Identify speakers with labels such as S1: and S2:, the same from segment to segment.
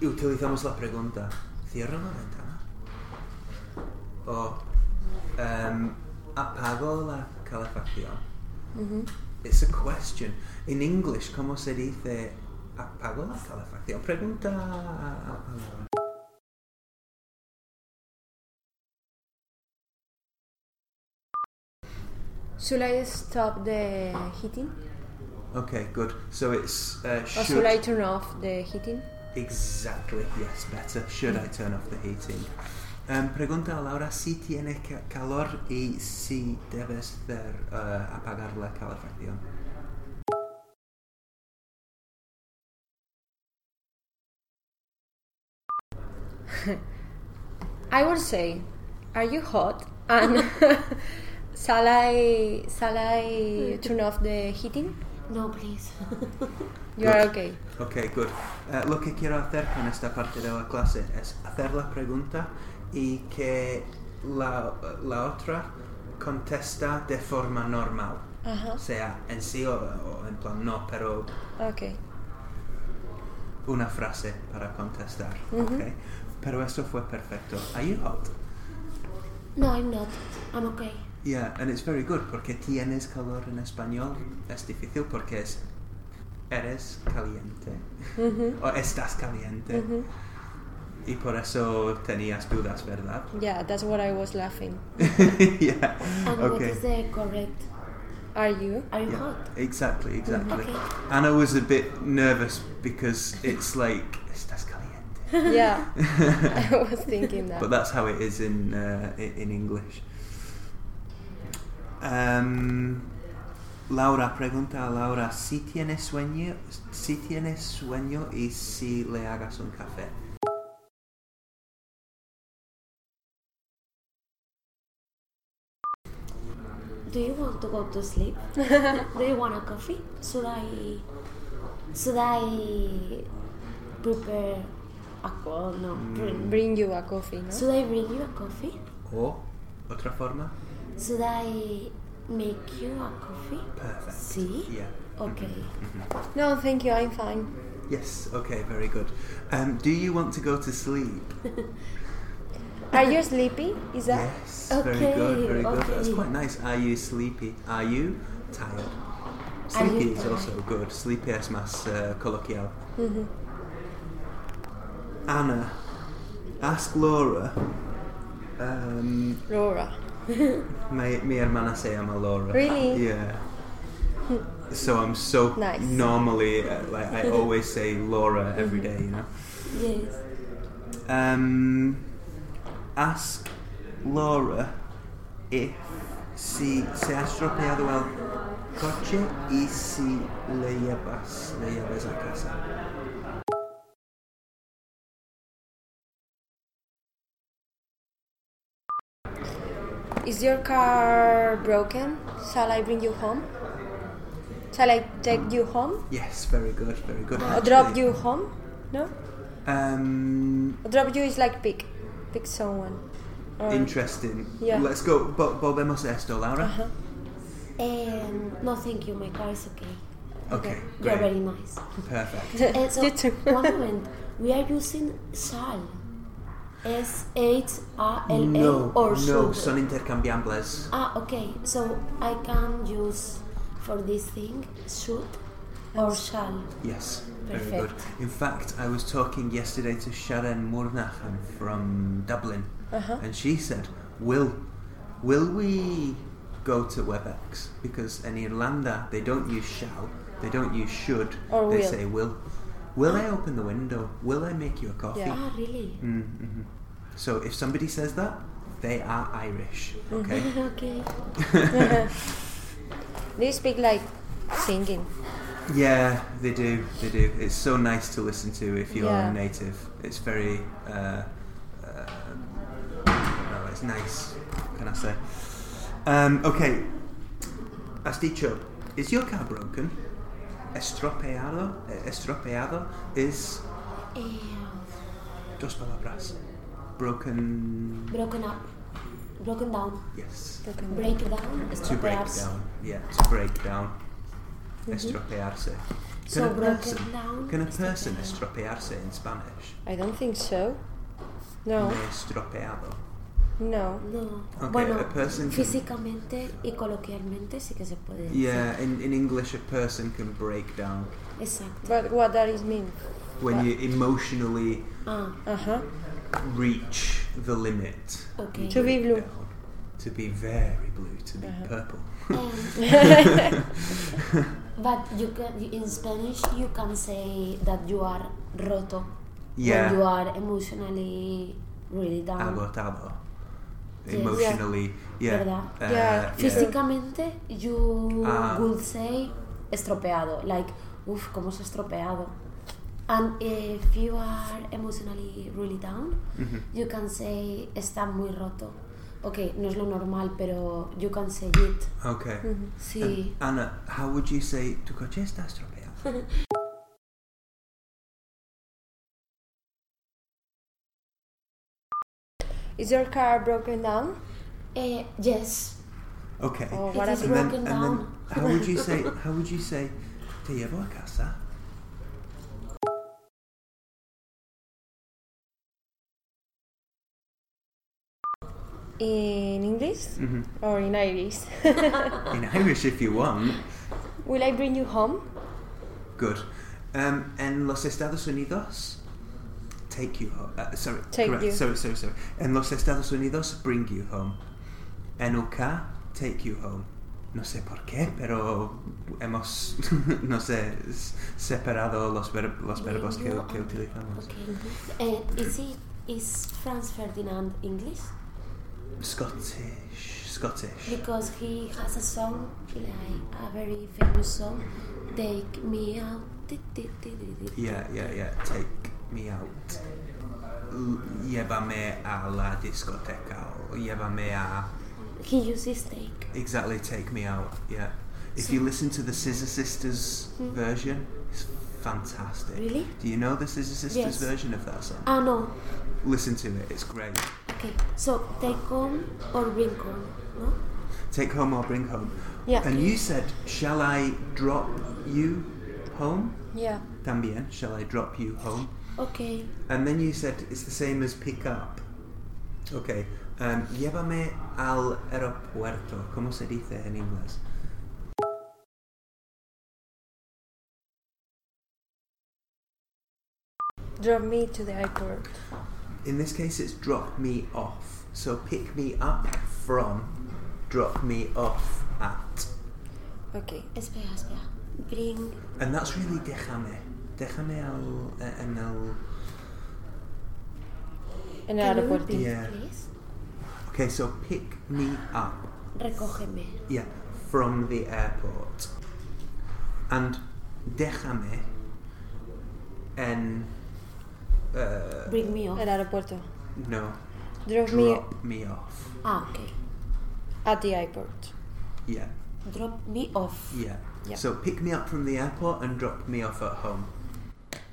S1: Y utilizamos la pregunta, ¿cierro la ventana? O em, ¿apago la calefacción? It's a question. In English, ¿cómo se dice apago la calefacción? Pregunta...
S2: Should I stop the heating?
S1: Okay, good. So it's uh,
S2: Or
S1: should...
S2: should I turn off the heating?
S1: Exactly, yes, better. Should I turn off the heating? Em, pregunta a Laura si tiene ca- calor y si debes hacer, eh, apagar la calefacción.
S2: I would say, are you hot? And shall I shall I turn off the heating?
S3: No, please.
S2: You are okay.
S1: Ok, good. Eh, lo que quiero hacer con esta parte de la clase es hacer la pregunta y que la, la otra contesta de forma normal.
S2: Ajá.
S1: Sea en sí o, o en plan no, pero
S2: Okay.
S1: una frase para contestar. ok? Pero eso fue perfecto. Are you hot?
S3: No, I'm not. I'm okay.
S1: Yeah, and it's very good porque tienes calor en español es difícil porque es eres caliente
S3: Mm-hmm.
S1: o estás caliente y por eso tenías dudas, ¿verdad?
S2: Yeah, that's what I was laughing.
S1: yeah.
S3: And what
S1: Okay.
S3: is the correct?
S2: Are you?
S3: Are you
S1: Yeah,
S3: hot?
S1: exactly, exactly.
S3: Mm-hmm. Okay.
S1: Anna was a bit nervous because it's like estás caliente,
S2: Yeah. I was thinking that.
S1: but that's how it is in uh, i- in English. Um, Laura pregunta a Laura si tiene sueño, si tiene sueño y si le hagas un café.
S3: Do you want to go to sleep? Do you want a coffee? Should I? Should I prepare a co- No,
S1: Mm.
S3: bring.
S2: Bring you a coffee, no?
S3: Should I bring you a coffee?
S1: O otra forma.
S3: Should I make you a coffee?
S1: Perfect.
S3: See?
S1: Yeah.
S3: Okay.
S2: No, thank you. I'm fine.
S1: Yes. Okay. Very good. Um, do you want to go to sleep?
S2: Are you sleepy? Is that?
S1: Yes, very good,
S3: Okay,
S1: very good. That's
S3: okay.
S1: quite nice. Are you sleepy? Are you tired?
S3: Are you
S1: Sleepy is
S3: tired? Mm-hmm.
S1: also good. Sleepy es más uh, coloquial. Anna, ask Laura. Um,
S2: Laura.
S1: my, mi hermana se llama Laura.
S2: Really?
S1: Yeah.
S3: Hmm.
S1: So I'm so
S2: Nice.
S1: normally uh, like I always say Laura every
S3: Mm-hmm.
S1: day, you know.
S3: Yes.
S1: Um, ask Laura if si se ha estropeado el coche y si le llevas, le llevas a casa.
S2: Is your car broken? Shall I bring you home? Shall I take you home?
S1: Yes, very good, very good.
S2: Or drop
S1: actually.
S2: you home? No?
S1: Um,
S2: Or drop you is like pick. Pick someone. Or-
S1: interesting.
S2: Yeah.
S1: Let's go. Vo- volvemos a esto, Laura.
S2: Uh-huh.
S3: Um, no, thank you. My car is okay.
S1: Okay,
S3: You're
S1: great.
S3: very nice.
S1: Perfect.
S3: Eh, so,
S2: you too.
S3: one moment. We are using shall. S H A L A
S1: No,
S3: or
S1: no,
S3: should.
S1: son intercambiables.
S3: Ah, okay. So I can use for this thing should or shall.
S1: Yes, very good.
S3: Perfect.
S1: In fact, I was talking yesterday to Sharon Murnachan from Dublin,
S2: Uh-huh.
S1: and she said, "Will, will we go to WebEx? Because in Irlanda they don't use shall, they don't use should,
S2: Or
S1: they
S2: will.
S1: say will. Will I open the window? Will I make you a coffee?
S2: Yeah.
S3: Ah, really?
S1: Mm. So if somebody says that, they are Irish.
S2: Mm-hmm.
S1: Okay.
S3: Okay.
S2: Do you speak like singing?
S1: Yeah, they do. They do. It's so nice to listen to if you're
S2: Yeah.
S1: a native. It's very. Uh, uh, no, it's nice. What can I say? Um, okay. Has dicho, is your car broken? Estropeado. eh, Estropeado is
S3: Eh,
S1: dos palabras. Broken.
S3: broken up, broken down,
S1: Yes.
S3: break
S1: To
S3: down,
S1: break
S3: estropearse. Mm-hmm.
S1: down. Yeah, to break down. Estropearse. Can
S3: So
S1: a
S3: broken
S1: person,
S3: down,
S1: Can a person
S3: estropeado.
S1: estropearse in Spanish?
S2: I don't think so. No,
S1: Me he estropeado.
S2: no.
S3: No,
S1: Okay,
S3: bueno,
S1: a person can-
S3: físicamente y coloquialmente sí que se puede decir.
S1: Yeah, in, in English, a person can break down
S3: Exacto.
S2: But what that is mean?
S1: when you emotionally
S3: Ah,
S2: Uh huh.
S1: reach the limit.
S3: ok.
S1: You
S2: To be
S1: break
S2: blue.
S1: down. To be very blue, to be purple.
S3: Uh-huh. Um, but you can, in Spanish you can say that you are roto.
S1: Yeah.
S3: When you are emotionally really down.
S1: Tabo, tabo.
S3: Yes.
S1: Emotionally, yeah.
S3: Verdad.
S1: uh,
S2: Yeah, physical-
S3: Físicamente you
S1: Ah.
S3: would say estropeado. Like, uff, cómo es estropeado. And if you are emotionally really down, you can say está muy roto. Ok, no es lo normal, pero you can say it.
S1: Okay.
S3: Mm-hmm. Sí.
S1: Anna, how would you say tu coche está estropeado?
S2: Is your car broken down?
S3: Eh, yes.
S1: Okay.
S2: Oh,
S3: It
S2: what
S3: is
S1: Ah.
S2: I
S1: and then, and
S3: broken
S1: then,
S3: down.
S1: how would you say? How would you say? Te llevo a casa.
S2: In English
S1: Mhm.
S2: or in Irish?
S1: In Irish, if you want.
S2: Will I bring you home?
S1: Good. Um, en los Estados Unidos, take you home. Uh, sorry,
S2: Take
S1: correct.
S2: you.
S1: Sorry, sorry, sorry. En los Estados Unidos, bring you home. En UK, take you home. No sé por qué, pero hemos, no sé, s- separado los, ver- los verbos que,
S3: No,
S1: que utilizamos.
S3: Okay. Eh, is it is Franz Ferdinand English?
S1: Scottish, Scottish.
S3: Because he has a song, like a very famous song, Take Me Out. Ti, ti, ti, ti, ti, ti.
S1: Yeah, yeah, yeah. Take me out. L- Llévame a la discoteca. o Llévame a...
S3: He uses take.
S1: Exactly, Take Me Out, yeah. If you listen to the Scissor Sisters version, it's fantastic.
S3: Hmm. Really?
S1: Do you know the Scissor Sisters
S3: Yes.
S1: version of that song?
S3: Ah, no.
S1: listen to it, it's great.
S3: Okay. So, take home or bring home, no?
S1: Take Home or Bring Home.
S2: Yeah.
S1: And you said, Shall I drop you home?
S2: Yeah.
S1: También, Shall I drop you home?
S3: Okay.
S1: And then you said, It's the same as pick up. Okay. Um, llévame al aeropuerto. ¿Cómo se dice en inglés?
S2: Drop me to the airport.
S1: In this case, it's drop me off. So pick me up from, drop me off at.
S2: Okay.
S3: Espera, espera. Bring.
S1: And that's really déjame. Déjame al, eh, en el.
S2: En el
S3: Can you
S2: aeropuerto.
S3: repeat,
S1: Yeah.
S3: please?
S1: Okay, so pick me up.
S3: Recógeme.
S1: Yeah, from the airport. And déjame en. Uh,
S3: Bring me
S2: El
S3: off.
S2: aeropuerto.
S1: no.
S2: Drop me
S1: Drop me off.
S3: Ah, okay.
S2: at the airport.
S1: Yeah,
S3: Drop me off.
S1: yeah.
S2: Yeah.
S1: So pick me up from the airport and drop me off at home.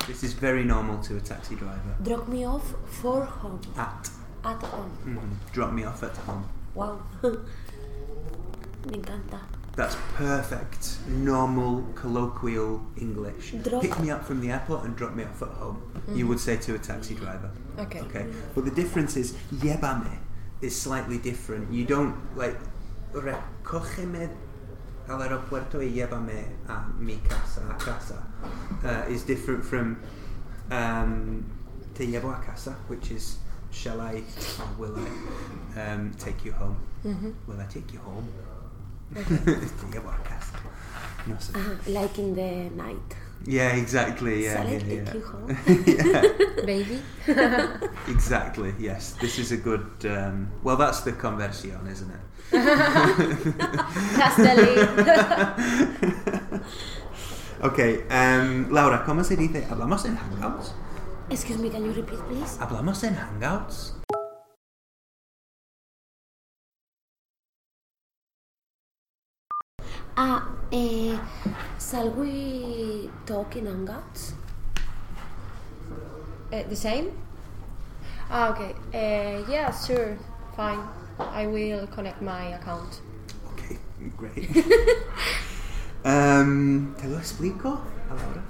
S1: This is very normal to a taxi driver.
S3: Drop me off for home.
S1: At.
S3: At home.
S1: Mhm. Drop me off at home.
S3: Wow. Me encanta.
S1: That's perfect, normal, colloquial English.
S3: Drop-
S1: Pick me up from the airport and drop me off at home. You would say to a taxi driver.
S2: Okay.
S1: Okay. But the difference is, llévame is slightly different. You don't, like, recógeme al aeropuerto y llévame a mi casa, a casa, uh, is different from um, te llevo a casa, which is shall I or will I um, take you home?
S3: Mm-hmm.
S1: Will I take you home? te llevo a casa. No sé.
S3: Like in the night.
S1: Yeah, exactly. Yeah,
S3: Shall I
S1: yeah,
S3: take
S1: yeah.
S3: you home?
S1: yeah,
S2: Baby.
S1: exactly. Yes, this is a good. Um, well, that's the conversion, isn't it?
S2: That's the lead.
S1: Ok, em, Laura, ¿cómo se dice? ¿Hablamos en Hangouts?
S3: Excuse me, can you repeat, please?
S1: ¿Hablamos en Hangouts?
S3: Ah, eh, shall we talk in Hangouts?
S2: Eh, the same? Ah, okay. Eh, yeah, sure. Fine. I will connect my account.
S1: Ok, great. Em, ¿Te lo explico a Laura?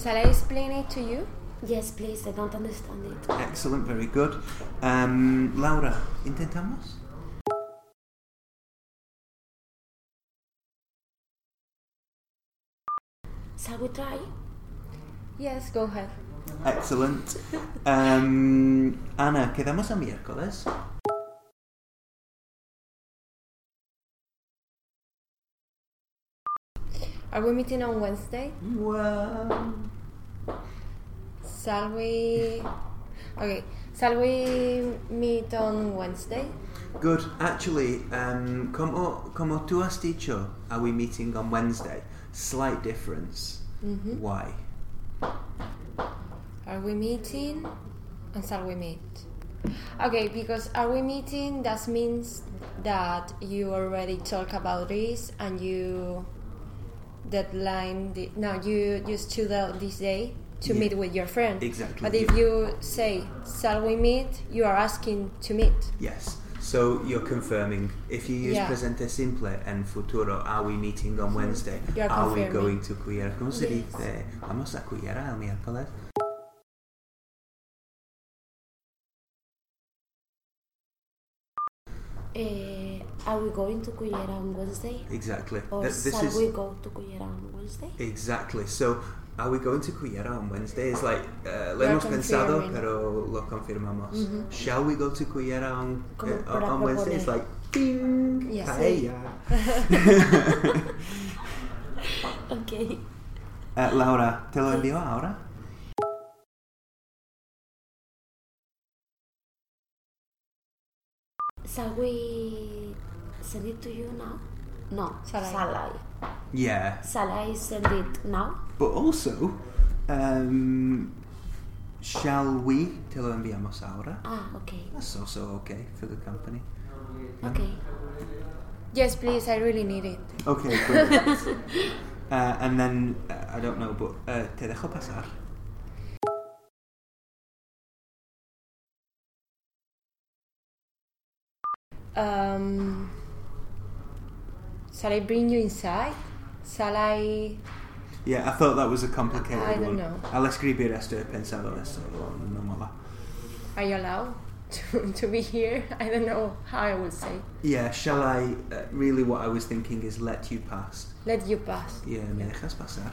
S2: Shall I explain it to you?
S3: Yes, please, I don't understand it.
S1: Excellent, very good. Em, Laura, ¿intentamos?
S3: Shall we try?
S2: Yes, go ahead.
S1: Excellent. Em, Ana, ¿quedamos a miércoles?
S2: Are we meeting on Wednesday?
S1: Hmm? Well,
S2: Shall we. Okay. Shall we meet on Wednesday?
S1: Good. Actually, um, como, como tú has dicho, are we meeting on Wednesday? Slight difference.
S3: Mm-hmm.
S1: Why?
S2: Are we meeting? And shall we meet? Okay, because are we meeting? That means that you already talk about this and you deadline. The, no, you you stood out this day to
S1: Yeah.
S2: meet with your friend.
S1: Exactly,
S2: But if
S1: yeah.
S2: you say, "Shall we meet?" you are asking to meet.
S1: Yes. So you're confirming. If you use
S2: Yeah.
S1: presente simple and futuro, are we meeting on Wednesday?
S2: You're
S1: are we
S2: confirming.
S1: going to cuyer? ¿Cómo se
S3: Mm-hmm. Yes.
S1: dice? Vamos a cuyer el miércoles.
S3: Eh, are we going to Cullera on Wednesday?
S1: Exactly.
S3: Or
S1: Th- this
S3: shall
S1: is Eh.
S3: we go to Cullera on Wednesday?
S1: exactly. So are we going to cuyer on Wednesday? It's like uh, lo hemos pensado,
S2: confirming.
S1: pero lo confirmamos. Shall we go to cuyer on uh,
S3: Mm-hmm. Como para
S1: on Wednesday? It's
S3: proponer.
S1: like ding.
S2: Yeah.
S1: Paella.
S3: Okay.
S1: Eh, Laura, ¿te lo envío ahora?
S3: Shall we send it to you now? No.
S2: Shall I?
S3: Shall I?
S1: Yeah.
S3: Shall I send it now?
S1: But also, um, shall we? Te lo enviamos ahora.
S3: Ah, okay.
S1: That's also okay for the company.
S3: Okay.
S2: Yes, please. I really need it.
S1: Okay, brilliant. uh, and then, uh, I don't know, but uh, te dejo pasar.
S2: Um, shall I bring you inside? Shall I?
S1: Yeah, I thought that was a complicated
S2: I don't
S1: one.
S2: know.
S1: I'll escribir esto he pensado esto. No mola.
S2: Are you allowed to, to be here? I don't know how I would say.
S1: Yeah, shall I? Uh, really, what I was thinking is let you pass.
S2: Let you pass.
S1: Yeah, me dejas pasar.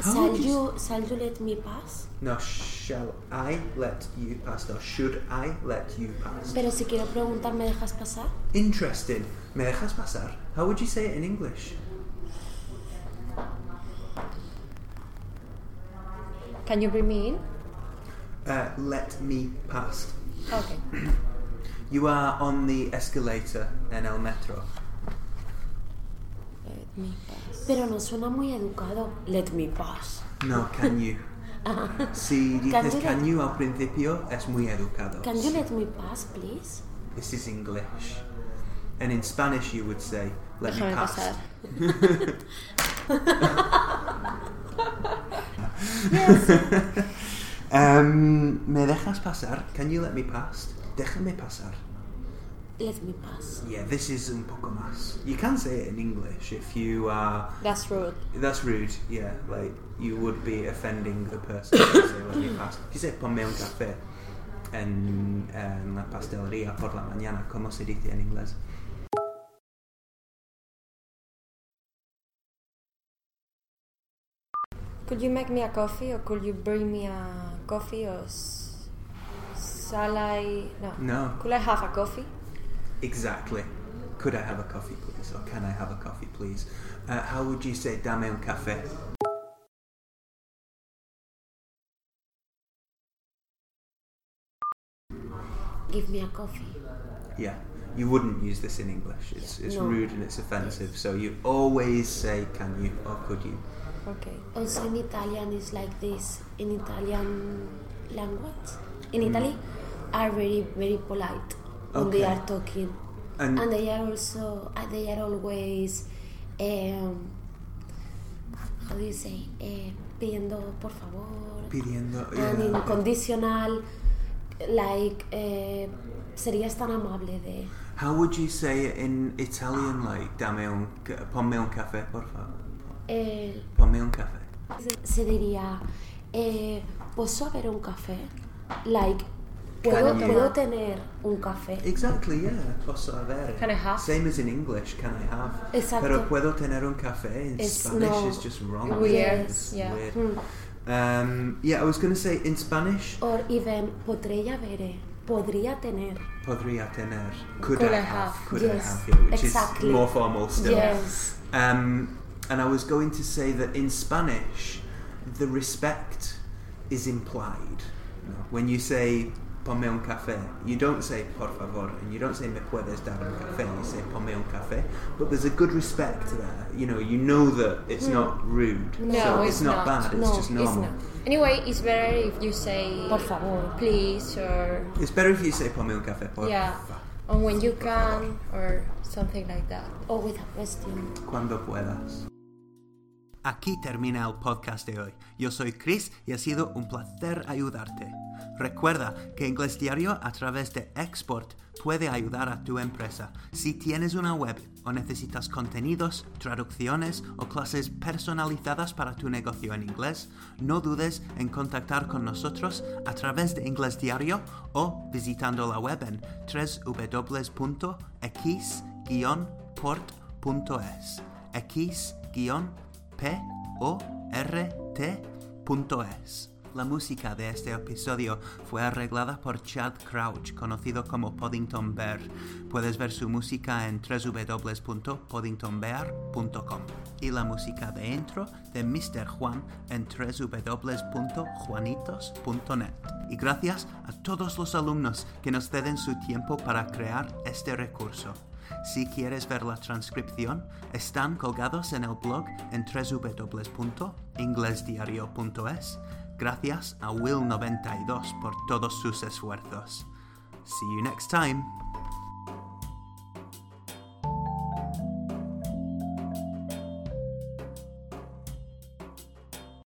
S1: How
S3: Shall
S1: would you-
S3: you shall you let me pass?
S1: No, shall I let you pass? No, should I let you pass?
S3: Pero si quiero preguntar, ¿me dejas pasar?
S1: Interesting. ¿Me dejas pasar? How would you say it in English?
S2: Can you bring me in?
S1: Uh, let me pass.
S2: Okay.
S1: You are on the escalator en el metro.
S2: Let me pass.
S3: Pero no suena muy educado. Let me pass.
S1: No, can you? si
S3: Ah. Can
S1: dices
S3: you
S1: can
S3: let-
S1: you al principio, es muy educado.
S3: Can you let me pass, please?
S1: This is English. And in Spanish, you would say, let me
S2: Déjame
S1: pass.
S2: pasar. yes.
S1: Um, ¿Me dejas pasar? Can you let me pass? Déjame pasar.
S3: Let me pass.
S1: Yeah, this is un poco más. You can say it in English if you are.
S2: That's rude.
S1: That's rude. Yeah, like you would be offending the person. if you say let me pass. If you say ponme un café en, en la pastelería por la mañana, ¿cómo se dice en inglés?
S2: Could you make me a coffee or could you bring me a coffee or s- shall I? No.
S1: No.
S2: Could I have a coffee?
S1: Exactly. Could I have a coffee, please? Or can I have a coffee, please? Uh, how would you say dame un café?
S3: give me a coffee.
S1: Yeah. You wouldn't use this in English. It's, it's
S3: No.
S1: rude and it's offensive. So you always say, can you or could you?
S2: Okay.
S3: Also in Italian is like this. In Italian language, in Italy, are very very polite when they
S1: Okay.
S3: are talking,
S1: And-
S3: and, they are also uh, they are always, um, how do you say, eh, pidiendo por favor,
S1: Pidiendo.
S3: and
S1: yeah.
S3: inconditional, like eh, serías tan amable de.
S1: How would you say it in Italian, like, dame un, ca- ponme un cafe, por favor?
S3: eh,
S1: Ponme un cafe.
S3: se diría, eh, ¿puedo haber un café? Like, ¿puedo,
S1: Can you-
S3: puedo tener un café?
S1: Exactly, yeah. Posso avere.
S2: Can I have?
S1: Same as in English, can I have?
S3: Exacto.
S1: Pero puedo tener un café in
S3: It's
S1: Spanish
S3: no-
S1: is just wrong.
S2: Weird,
S1: It's
S2: yeah.
S1: weird.
S3: Mm.
S1: Um, yeah, I was going to say in Spanish,
S3: Or even, podría haber, podría tener.
S1: podría tener. Could,
S2: Could
S1: I
S2: I
S1: have?
S2: have?
S1: Could
S3: Yes,
S1: I have? Yeah, which
S3: exactly.
S1: is more formal still.
S3: Yes.
S1: Um, and I was going to say that in Spanish, the respect is implied. You know, When you say ponme un café, you don't say por favor, and you don't say me puedes dar un café, you say ponme un café. But there's a good respect there. You know, you know that it's not rude.
S2: No,
S1: so
S2: it's
S1: it's, not,
S2: not.
S1: bad,
S3: No,
S1: it's just
S3: it's
S1: normal.
S3: not.
S2: Anyway, it's better if you say
S3: Por favor.
S2: please or
S1: It's better if you say ponme un café, por
S2: yeah,
S1: favor.
S2: or when you can or something like that.
S3: Or with a question.
S1: Cuando puedas. Aquí termina el podcast de hoy. Yo soy Chris y ha sido un placer ayudarte. Recuerda que Inglés Diario a través de Export puede ayudar a tu empresa. Si tienes una web o necesitas contenidos, traducciones o clases personalizadas para tu negocio en inglés, no dudes en contactar con nosotros a través de Inglés Diario o visitando la web en www.x-port.es. X-port p o r t.es. La música de este episodio fue arreglada por Chad Crouch, conocido como Poddington Bear. Puedes ver su música en www.poddingtonbear.com y la música de intro de Mr. Juan en www.juanitos.net. Y gracias a todos los alumnos que nos ceden su tiempo para crear este recurso. Si quieres ver la transcripción, están colgados en el blog en www.inglesdiario.es. Gracias a Will92 por todos sus esfuerzos. See you next time.